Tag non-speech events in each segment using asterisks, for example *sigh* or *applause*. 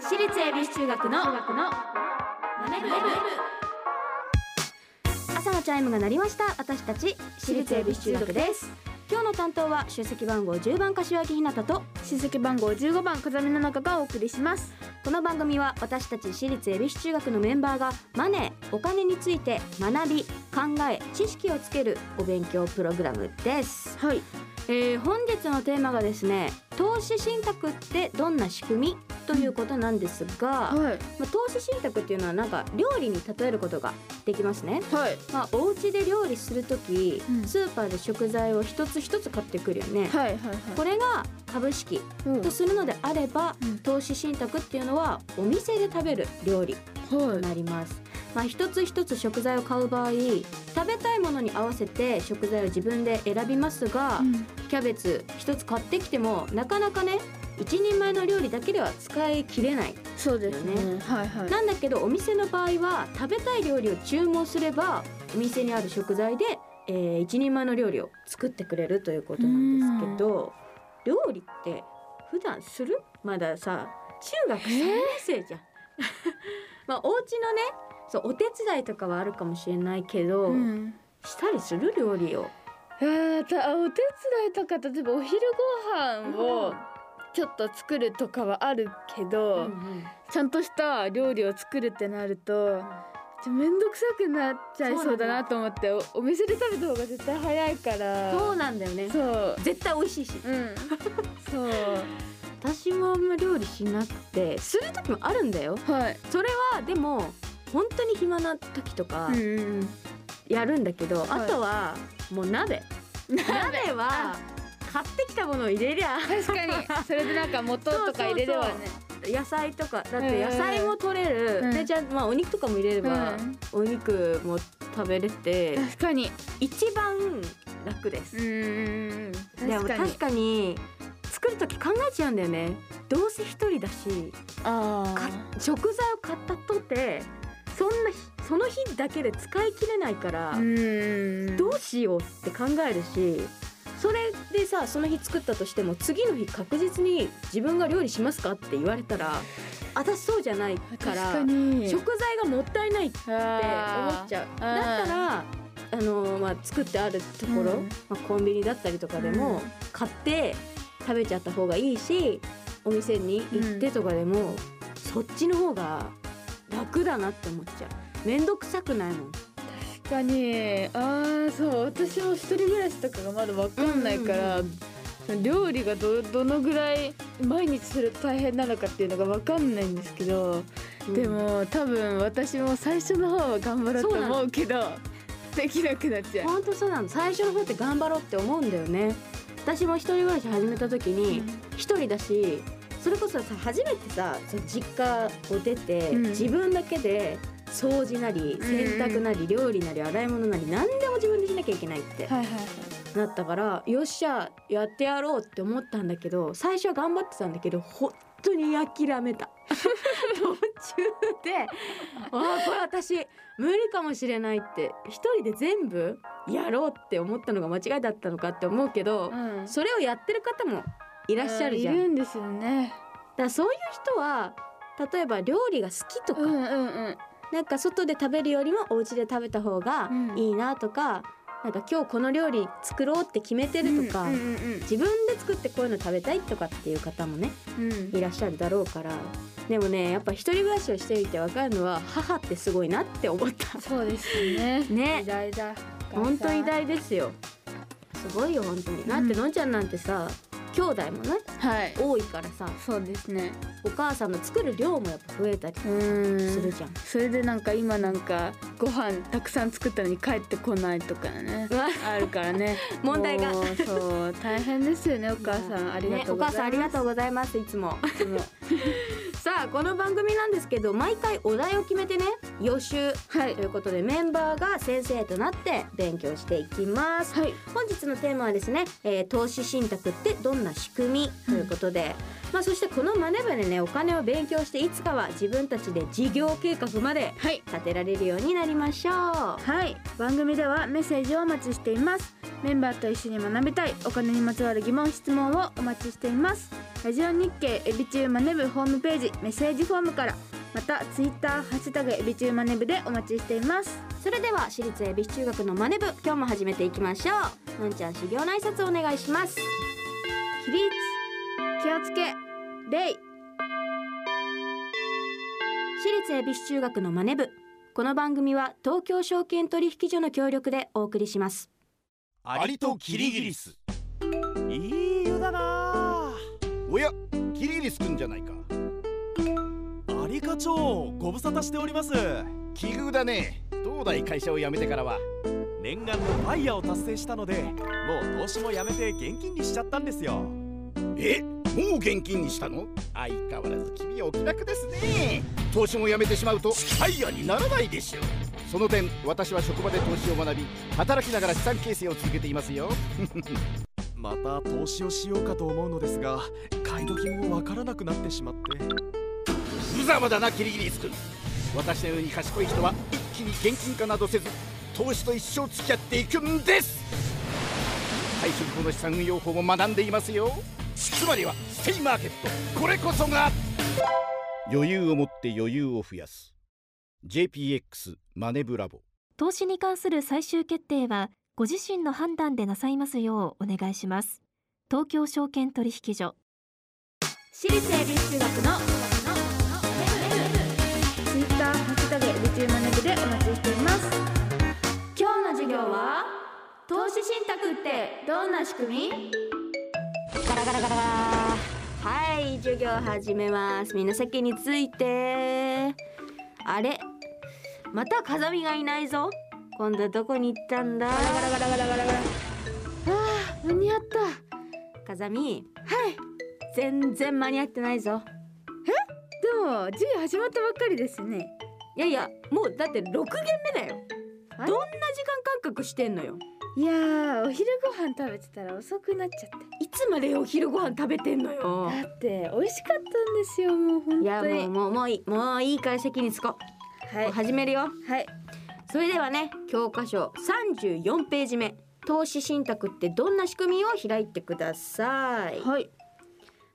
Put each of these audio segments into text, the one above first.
私立恵比寿中学の学の朝のチャイムが鳴りました私たち私立恵比寿中学です今日の担当は出席番号10番柏木ひなたと出席番号15番風見の中がお送りしますこの番組は私たち私立恵比寿中学のメンバーがマネーお金について学び考え知識をつけるお勉強プログラムです、はいえー本日のテーマがですね投資信託ってどんな仕組みということなんですが、はいまあ、投資信託っていうのはなんか料理に例えることができますねはいまあ、お家で料理する時、うんスーパーで食材を一つ一つ買ってくるよね、はいはいこれが株式はいとするのであれば、うん投資信託っていうのはお店で食べる料理はとなります、まあ、一つ一つ食材を買う場合食べたいものに合わせて食材を自分で選びますが、キャベツ一つ買ってきてもなかなかね一人前の料理だけでは使い切れないそうですねはいはいなんだけどお店の場合は食べたい料理を注文すればお店にある食材で、えー一人前の料理を作ってくれるということなんですけど料理って普段するまださ中学3年生じゃん。 *laughs* まあお家のねそうお手伝いとかはあるかもしれないけど、うんしたりする料理を。えーたお手伝いとか例えばお昼ご飯をちょっと作るとかはあるけど、うんちゃんとした料理を作るってなるとちょめんどくさくなっちゃいそうだなと思っておお店で食べた方が絶対早いからそうなんだよねそう絶対美味しいしうん *laughs* そう私もあんま料理しなくてする時もあるんだよはいそれはでも本当に暇な時とかうんうんやるんだけど、はいあとはもう鍋鍋は買ってきたものを入れりゃ確かにそれでなんか元とか入れればね野菜とかだっうんうんて野菜も取れる、うんでじゃあまあお肉とかも入れれば、うんお肉も食べれて確かに一番楽です、うんうんうんでも確かに確かに作る時考えちゃうんだよねどうせ一人だしあか食材を買ったとてそんな日その日だけで使い切れないから、あうんどうしようって考えるしそれでさその日作ったとしても次の日確実に自分が料理しますかって言われたら私そうじゃないか確らかに食材がもったいないってて思思っちゃゃうだったらあの、まあ、作ってあるところ、うんまあ、コンビニだったりとかでうもん買って食べちゃった方がいいしお店に行ってとかでも、そっちの方が楽だなって思っちゃう面倒くさくないもん確かにああそう私も一人暮らしとかがまだ分かんないから、うん料理がどどのぐらい毎日すると大変なのかっていうのが分かんないんですけど、うんでも多分私も最初の方は頑張ろうとそうなの思うけどできなくなっちゃう。本当そうなの最初の方って頑張ろうって思うんだよね私も一人暮らし始めた時に一人だしそれこそさ初めてさその実家を出て、うん自分だけで掃除なんり洗濯なり、料理なり洗い物なり何でも自分でしなきゃいけないってはいはいはいなったからよっしゃやってやろうって思ったんだけど最初は頑張ってたんだけど本当に諦 *laughs* めた途中で「ああこれ私無理かもしれない」って一人で全部やろうって思ったのが間違いだったのかって思うけど、うんそれをやってる方もいらっしゃるじゃん。ういだるんですよね。からそういう人は例えば料理が好きとか、うんうんうん。なんか外で食べるよりもお家で食べた方がいいなとか、なんか今日この料理作ろうって決めてるとか。うんうん自分で作ってこういうの食べたいとかっていう方もねうんうん。いらっしゃるだろうからでもねやっぱ一人暮らしをしてみて分かるのは母ってすごいなって思ったそうですよね。ね偉大だ。本当に偉。大ですよすごいよ本当に、んだってのんちゃんなんてさ兄弟もねはい。多いからさそうですね。お母さんの作る量もやっぱ増えたりうん。するじゃん、それでなんか今なんかご飯たくさん作ったのに帰ってこないとかねうわあるからね *laughs* 問題がもうそう大変ですよねお母さんありがねとうおございま母す、さんありがとうございますいつも *laughs* さあこの番組なんですけど毎回お題を決めてね予習はいということでメンバーが先生となって勉強していきますはい本日のテーマはですね、えー投資信託ってどんな仕組みということで、まあ、そしてこのマネ部でねお金を勉強していつかは自分たちで事業計画まではい立てられるようになりましょうはい番組ではメッセージをお待ちしていますメンバーと一緒に学びたいお金にまつわる疑問質問をお待ちしていますラジオ日経エビチューマネブホームページメッセージフォームからまたツイッターハッシュタグエビチューマネブでお待ちしていますそれでは私立恵比寿中学のマネ部今日も始めていきましょうのんちゃん修行の挨拶お願いします起立気をつけ礼私立恵比寿中学のマネ部この番組は東京証券取引所の協力でお送りしますアリとキリギリスいい湯だなあおやキリギリスくんじゃないかアリ課長ご無沙汰しております奇遇だね東大会社を辞めてからは念願のファイヤーを達成したのでもう投資もやめて現金にしちゃったんですよえもう現金にしたの相変わらず君はお気楽ですね投資も辞めてしまうとファイヤーにならないでしょうその点私は職場で投資を学び働きながら資産形成を続けていますよまた投資をしようかと思うのですが買い時もわからなくなってしまって無様だなキリギリスくん私のように賢い人は一気に現金化などせず投資と一生付き合っていくんです退職後の資産運用法も学んでいますよつまりはステイマーケットこれこそが余裕を持って余裕を増やす JPX マネブラボ投資に関する最終決定はご自身の判断でなさいますようお願いします東京証券取引所私立恵比寿中学のツイッターハッシュタグエビチューマネブでお待ちしています今日の授業は投資信託ってどんな仕組みガラガラガラガラはい授業始めますみんな席についてあれまた風見がいないぞ今度はどこに行ったんだ間に合った風見はい全然間に合ってないぞでも授業始まったばっかりですねいやいやもうだって6限目だよどあれんな時間間隔してんのよいやーお昼ご飯食べてたら遅くなっちゃっていつまでお昼ご飯食べてんのよだって美味しかったんですよもう本いや当もうにもうもういいもういいから席に着こう、はいもう始めるよはいそれではね教科書34ページ目投資信託ってどんな仕組みを開いてくださいはい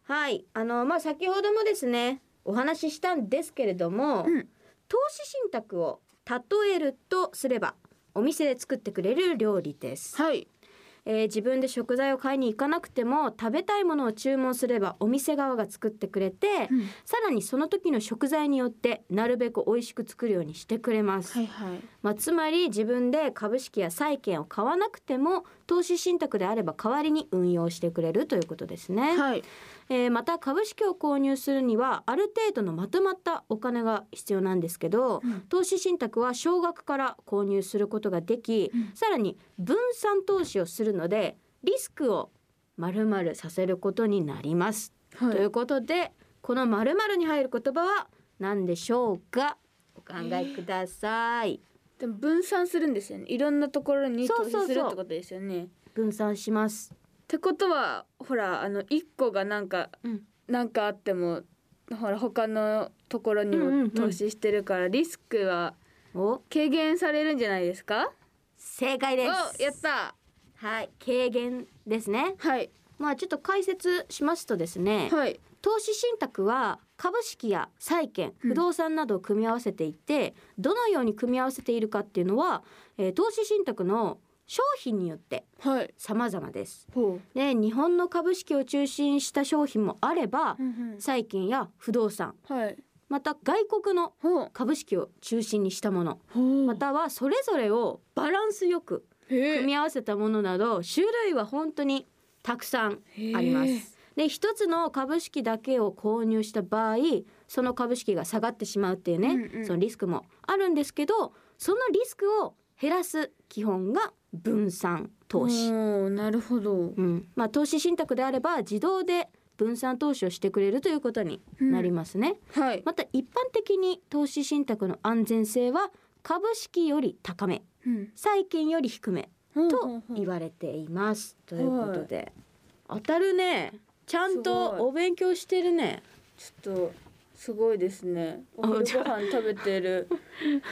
はいあのまあ先ほどもですねお話ししたんですけれども、うん投資信託を例えるとすればお店で作ってくれる料理です、はいえー自分で食材を買いに行かなくても食べたいものを注文すればお店側が作ってくれて、うんさらにその時の食材によってなるべく美味しく作るようにしてくれます、はいはいまあ、つまり自分で株式や債券を買わなくても投資信託であれば代わりに運用してくれるということですね、はいえーまた株式を購入するにはある程度のまとまったお金が必要なんですけど、うん投資信託は少額から購入することができ、うんさらに分散投資をするのでリスクをまるまるさせることになります。はということでこのまるまるに入る言葉は何でしょうかお考えください。でも分散するんですよねいろんなところにそ投う資そうそうするってことですよねっ分散します。てことはほらあの一個がなんか、うんなんかあってもほら他のところにうんうんうもん投資してるから、リスクはお軽減されるんじゃないですか正解でおす。やったはい軽減ですね。はいまあちょっと解説しますとですね。はい投資信託は株式や債券うん不動産などを組み合わせていて、どのように組み合わせているかっていうのは、えー投資信託の商品によってはい様々です。ほで日本の株式を中心した商品もあればう、ん債券や不動産うん、はいまた外国のほう株式を中心にしたものほうまたはそれぞれをバランスよく組組み合わせたものなど種類は本当にたくさんあります。で一つの株式だけを購入した場合その株式が下がってしまうっていうね、うんうんそのリスクもあるんですけどそのリスクを減らす基本が分散投資、おーなるほどうんまあ、投資信託であれば自動で分散投資をしてくれるということになりますね。はいまた一般的に投資信託の安全性は株式より高めうん債券より低めとと言われています、ということで、当たるねちゃんとすごいお勉強してるねちょっとすごいですね。おあじ昼ゃご飯食べてる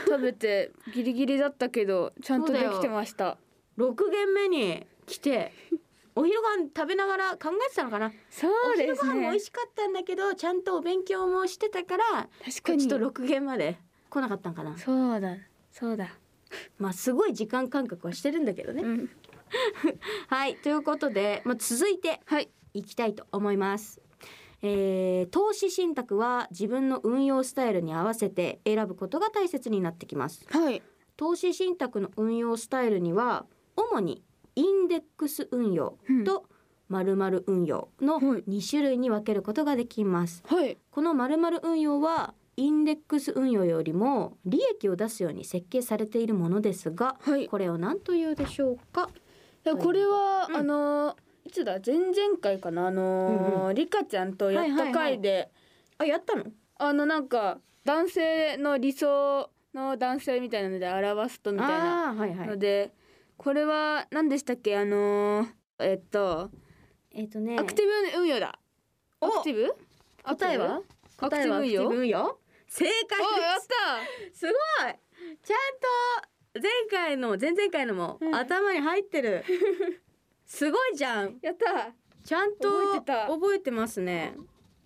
食べてギリギリだったけどちゃんとできてました。 6軒目に来て *laughs* お昼ご飯食べながら考えてたのかな、そうおで昼ごす飯も美ね味。しかったんだけどちゃんとお勉強もしてたから確かに。ちょっと6軒まで来なかったんかなそうだそうだ。まあすごい時間感覚はしてるんだけどね、うん。はいということで、まあ、続いてはい。いきたいと思います、えー投資信託は自分の運用スタイルに合わせて選ぶことが大切になってきますはい。投資信託の運用スタイルには主にインデックス運用と〇〇運用のはい2種類に分けることができますはい。この〇〇運用はインデックス運用よりも利益を出すように設計されているものですがはい。いこれを何というでしょうかやこれは、うんあのいつだ前々回かなあのーリカちゃんとやった回で、あやったのあのなんか男性の理想の男性みたいなので表すとみたいなあーはいはのいで、これは何でしたっけあのーえっと、えっ、とねアクティブ運用だアクティブ答えはアクテ答えィブはア運クティ用ブおや運用正解ですっすごいちゃんと前回の前々回のもうん頭に入ってる、すごいじゃんたやったちゃんと覚えてた覚えてますね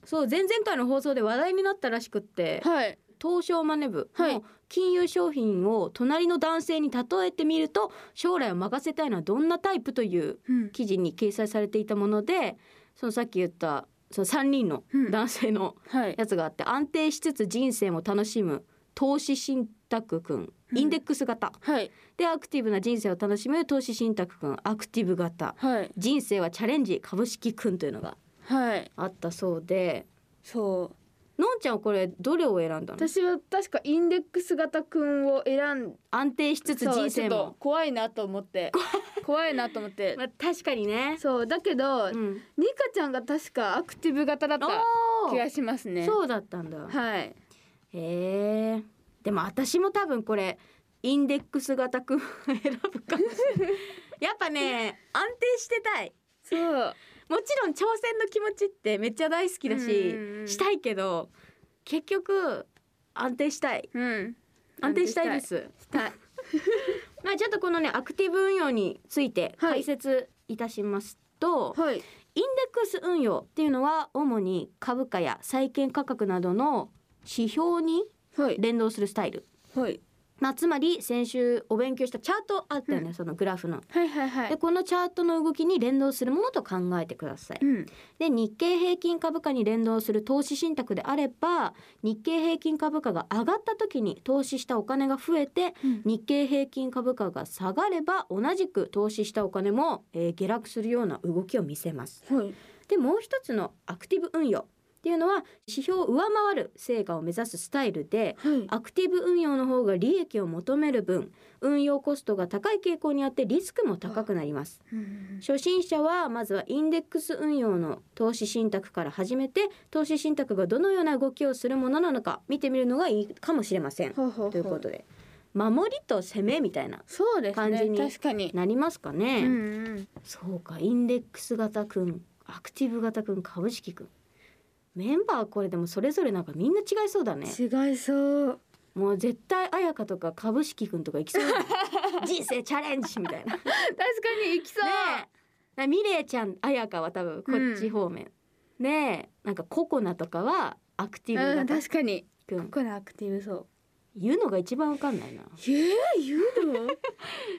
そう前々回の放送で話題になったらしくってはい東証マネ部はいの金融商品を隣の男性に例えてみると将来を任せたいのはどんなタイプといううん記事に掲載されていたものでそのさっき言ったその3人のうん男性のはいやつがあって安定しつつ人生も楽しむ投資信託くんインデックス型、はいでアクティブな人生を楽しむ投資信託くんアクティブ型はい人生はチャレンジ株式くんというのがはいあったそうでそうのんちゃんはこれどれを選んだの私は確かインデックス型くんを選ん安定しつつそう人ちょ生っとも、怖いなと思って怖いなと思って *laughs* まあ、確かにね、そうだけど、うん、ニカちゃんが確かアクティブ型だったお気がーしますねそうだったんだはいへえでも私も多分これインデックス型くんを選ぶかもし *laughs* れないやっぱね安定してたいそうもちろん挑戦の気持ちってめっちゃ大好きだし、うんうんしたいけど結局安定したいうん安定したいです *laughs* したいまあちょっとこのねアクティブ運用についてはい解説いたしますと、はいインデックス運用っていうのは主に株価や債券価格などの指標にはい連動するスタイル、はいまあ、つまり先週お勉強したチャートあったよね、そのグラフの。はいはいはでいこのチャートの動きに連動するものと考えてください。うんで日経平均株価に連動する投資信託であれば日経平均株価が上がった時に投資したお金が増えて、うん日経平均株価が下がれば同じく投資したお金も、えー下落するような動きを見せます。はいでもう一つのアクティブ運用っていうのは指標を上回る成果を目指すスタイルではいアクティブ運用の方が利益を求める分運用コストが高い傾向にあってリスクも高くなります。うん初心者はまずはインデックス運用の投資信託から始めて投資信託がどのような動きをするものなのか見てみるのがいいかもしれません。とほうほういうほこうとで守りと攻めみたいなそうです感じねに確かになりますかうね、んうんそうかインデックス型くんアクティブ型くん株式くんメンバーこれでもそれぞれなんかみんな違いそうだね違い *laughs* そうもう絶対彩香とか株式くんとか行きそう *laughs* だね人生チャレンジみたいな確かに行きそうねえなミレイちゃん彩香は多分こっち方面、ねえなんかココナとかはアクティうブん型確かにくこんこでアクティブそう言うのが一番わかんないなえー、言うの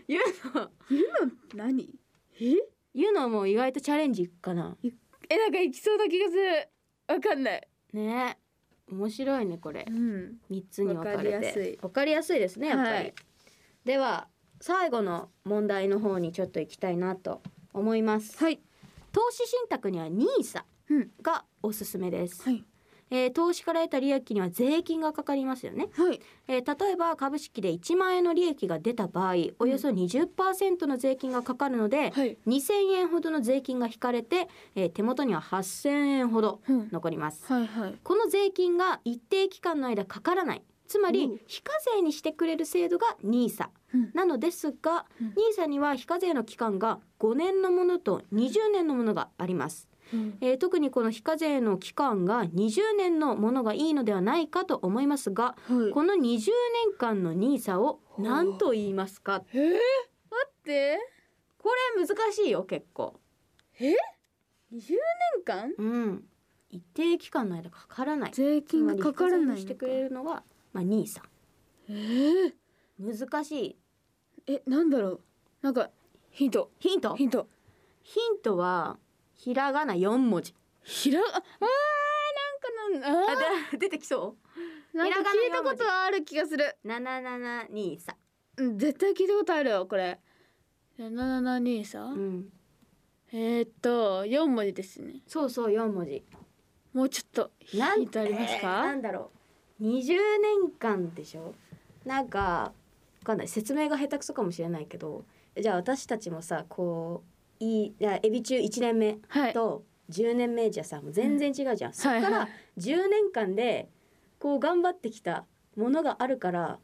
言うの *laughs* 言うの何え言うのはもう意外とチャレンジかなえなんか行きそうな気がするわかんないねえ面白いねこれうん三つに分かれてわかりやすいわかりやすいですねやっぱり、はいでは最後の問題の方にちょっと行きたいなと思います、はい投資信託には NISA うんがおすすめです、はいえー投資から得た利益には税金がかかりますよねはいえー例えば株式で1万円の利益が出た場合およそ20%の税金がかかるので、はい2000円ほどの税金が引かれて、えー手元には8000円ほどうん残ります、はいはいこの税金が一定期間の間かからないつまうんり非課税にしてくれる制度が NISA うんなのですが、うん NISA には非課税の期間が5年のものと20年のものがありますうんえー特にこの非課税の期間が20年のものがいいのではないかと思いますがはいこの20年間の NISA を何と言いますかえー、待ってこれ難しいよ結構。 20年間うん、一定期間の間かからない税金がかからないつまり非課税にしのてかくれるのが、まあ、兄さんえー、難しいえなんだろうなんかヒントヒントヒヒントントはひらがな四 *laughs* 文字ひらああーなんかのああーだ出てきそなんかひらがな聞いた四こ文字とある気がするう七七二三うん絶対聞いたことあるよこれ772さ、うんえー、っと四文字ですねそうそう四文字もうちょっとヒなんントありますえーかな、んだろう二十年間でしょなんかわかんない説明が下手くそかもしれないけどじゃあ私たちもさこういいいやエビ中一年目はいと10年目じゃさもう全然違うじゃん、そっはかいはら10年間でこう頑張ってきたものがあるから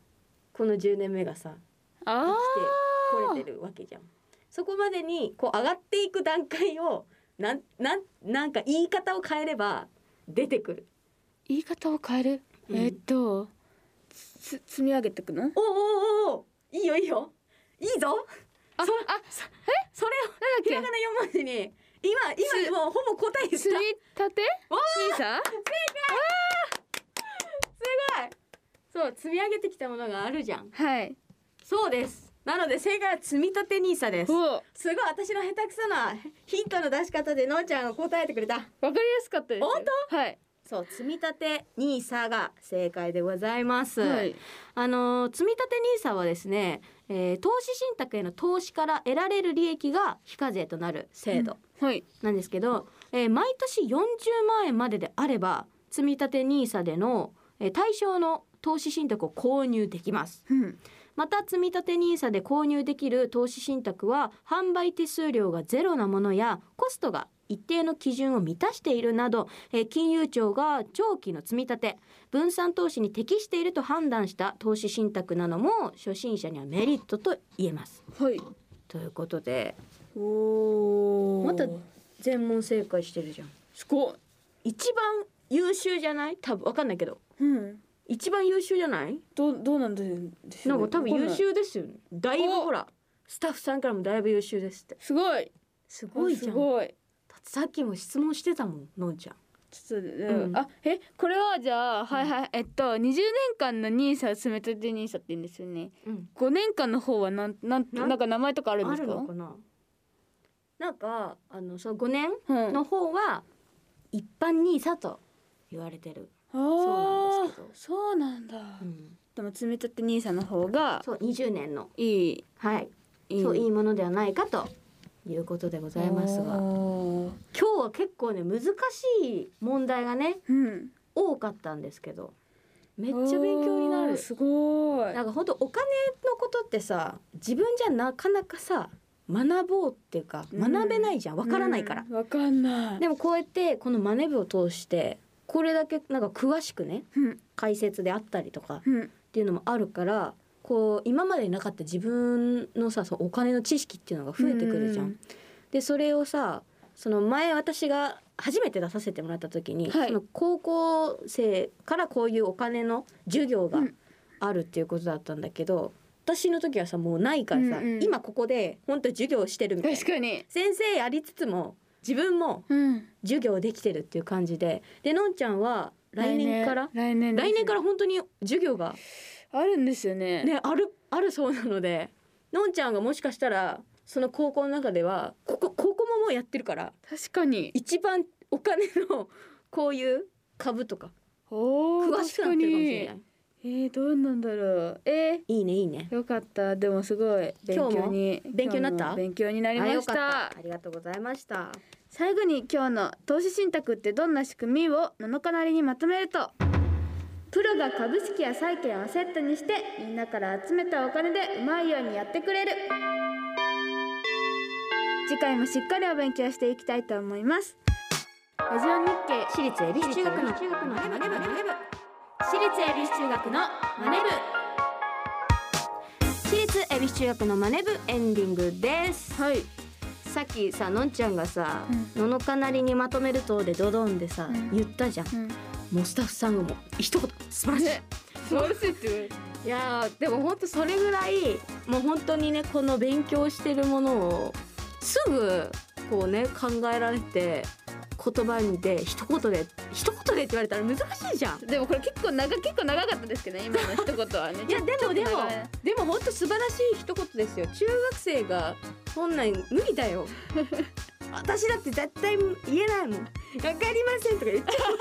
この10年目がさ生あきてこれてるわけじゃんそこまでにこう上がっていく段階をなんなんなんか言い方を変えれば出てくる、ー言い方を変える、うんえー、っとつ積み上げていくのおおおおおいいよいいよいいぞあそあそれをひならんだがっな4文字に今今もうほぼ答えけ言っ積みた立て兄さんそう積み上げてきたものがあるじゃんはいそうですなので正解は積み立て NISA ですおわすごい私の下手くそなヒントの出し方でのんちゃんが答えてくれたかりやすかったですよ本はい、そう積み立て NISA が正解でございます、はい、あのー積み立て NISA はですね、えー投資信託への投資から得られる利益が非課税となる制度はいなんですけど、えー毎年40万円までであれば積み立て NISA での、えー対象の投資信託を購入できますうんまた積立 NISA で購入できる投資信託は販売手数料がゼロなものやコストが一定の基準を満たしているなど、えー金融庁が長期の積み立て分散投資に適していると判断した投資信託なのも初心者にはメリットと言えます。はいということでおおまた全問正解してるじゃん。すごい一番優秀じゃない多分わかんないけどうん一番優秀じゃないどうどうなんでしなょうんねか多分優わかんない秀ですよね。だいぶおほらスタッフさんからもだいぶ優秀ですって。すごいすごいじゃすん。ごいだってさっきも質問してたもんのんちゃんちょっと、んあえこれはじゃあはいはい、えっと20年間のニーサ詰め立てニーサって言うんですよね、うん5年間の方はなんなんなんなんか名前とかあるんあでするかのかななんかあのその5年うん、の方は一般ニーサと言われてる、あそうなーんですけどそうなんだ、ん、でも詰め立てニーサの方がそう20年のいいはいいいそういいものではないかということでございますが今おー日は結構ね難しい問題がねうん多かったんですけどめめっちゃ勉強になるすごいなんか本当お金のことってさ自分じゃなかなかさ学ぼうっていうかうん学べないじゃんわからないからうん、わ、かんないでもこうやってこのマネ部を通してこれだけなんか詳しくねうん解説であったりとかっうんていうのもあるからこう今までなかった自分のさそのお金の知識っていうのが増えてくるじゃん。うんでそれをさその前私が初めて出させてもらった時に、はいその高校生からこういうお金の授業がうんあるっていうことだったんだけど、私の時はさもうないからさ、うんうん今ここで本当授業してるみたいな確かに先生やりつつも自分もうん授業できてるっていう感じででのんちゃんは来年から来年です来年から本当に授業が、あるんですよねね、あるあるそうなのでのんちゃんがもしかしたらその高校の中ではここ高校ももうやってるから確かに一番お金のこういう株とかおー詳しくなってるかもしれない。えー、どうなんだろうえいいねいいねー、よかったでもすごい勉今日も強に勉強になった今日も勉強になりまあよしかたったありがとうございました最後に今日の投資信託ってどんな仕組みを7日なりにまとめるとプロが株式や債券をセットにしてみんなから集めたお金でうまいようにやってくれる次回もしっかりお勉強していきたいと思いますラジオ日経私立恵比寿中学の中学のマネブマネブ私立恵比寿中学のマネブ私立恵比寿中学のマネブエンディングですはいさっきさのんちゃんがさう「ののかなりにまとめると」でドドンでさ、うん言ったじゃんうんもうスタッフさんがもう一言素晴らしい素晴らしいって言われいやーでも本当それぐらいもう本当にねこの勉強してるものをすぐこうね考えられて言葉にで一言で一言でって言われたら難しいじゃんでもこれ結構長結構長かったですけどね今の一言はねいやでもでも長いでも本当素晴らしい一言ですよ中学生がそんなん無理だよ *laughs* 私だって絶対言えないもん「わかりません」とか言っちゃう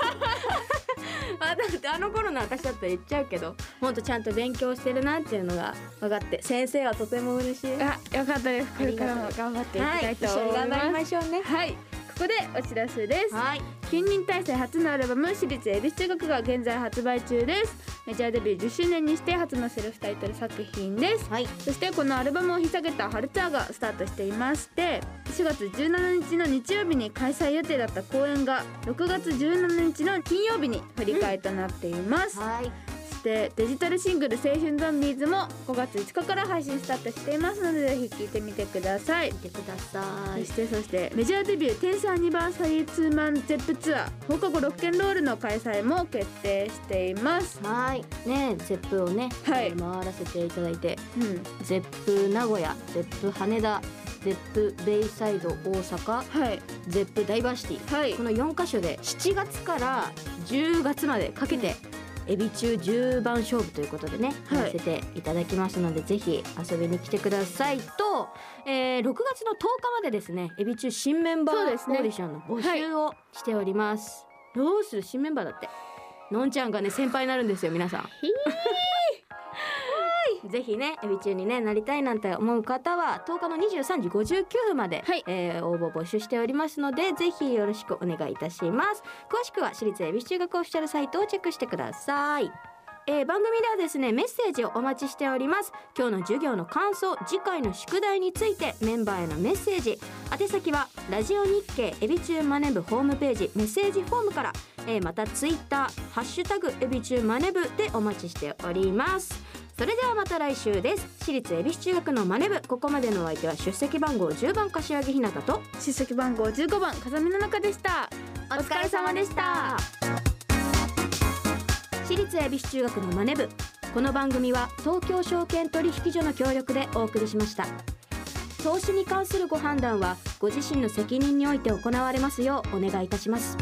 *laughs* あだってあの頃の私だったら言っちゃうけど本当ちゃんと勉強してるなっていうのが分かって先生はとても嬉しいはあよかったですこれからも頑張っていきたいい一と緒思にい頑ま張すりましょうねはいここでお知らせですはい近隣体制初のアルバム「私立恵比寿中学」が現在発売中ですメジャーデビュー10周年にして初のセルフタイトル作品ですはいそしてこのアルバムを引き下げた春ツアーがスタートしていまして4月17日の日曜日に開催予定だった公演が6月17日の金曜日に振り替えとなっています、はいそしてデジタルシングル「青春ゾンビーズ」も5月5日から配信スタートしていますのでぜひ聴いてみてください見てくださそしてそしてメジャーデビュー「天才アニバーサリーツーマンゼップツアー」放課後ロッケンロールの開催も決定しています、はいねゼップをね、はいえー回らせていただいてうん、ゼップ名古屋ゼップ羽田ゼップベイサイド大阪はいゼップダイバーシティはいこの4カ所で7月から10月までかけてエビ中10番勝負ということでねはいやらせていただきますのでぜひ遊びに来てくださいと、えー6月の10日までですねエビ中新メンバーそうオですねーディションの募集をしております、どうする新メンバーだってのんちゃんがね先輩になるんですよ皆さん *laughs* ぜひねエビ中にねなりたいなんて思う方は10日の23時59分まで、はいえー応募募集しておりますのでぜひよろしくお願いいたします詳しくは私立エビ中学オフィシャルサイトをチェックしてくださいえー番組ではですねメッセージをお待ちしております今日の授業の感想次回の宿題についてメンバーへのメッセージ宛先はラジオ日経エビチューマネブホームページメッセージフォームから、えーまたツイッターハッシュタグエビチューマネブでお待ちしておりますそれではまた来週です私立恵比寿中学のマネ部ここまでのお相手は出席番号10番柏木ひなたと出席番号15番風見の中でしたお疲れ様でした私立恵比寿中学のマネ部この番組は東京証券取引所の協力でお送りしました投資に関するご判断はご自身の責任において行われますようお願いいたします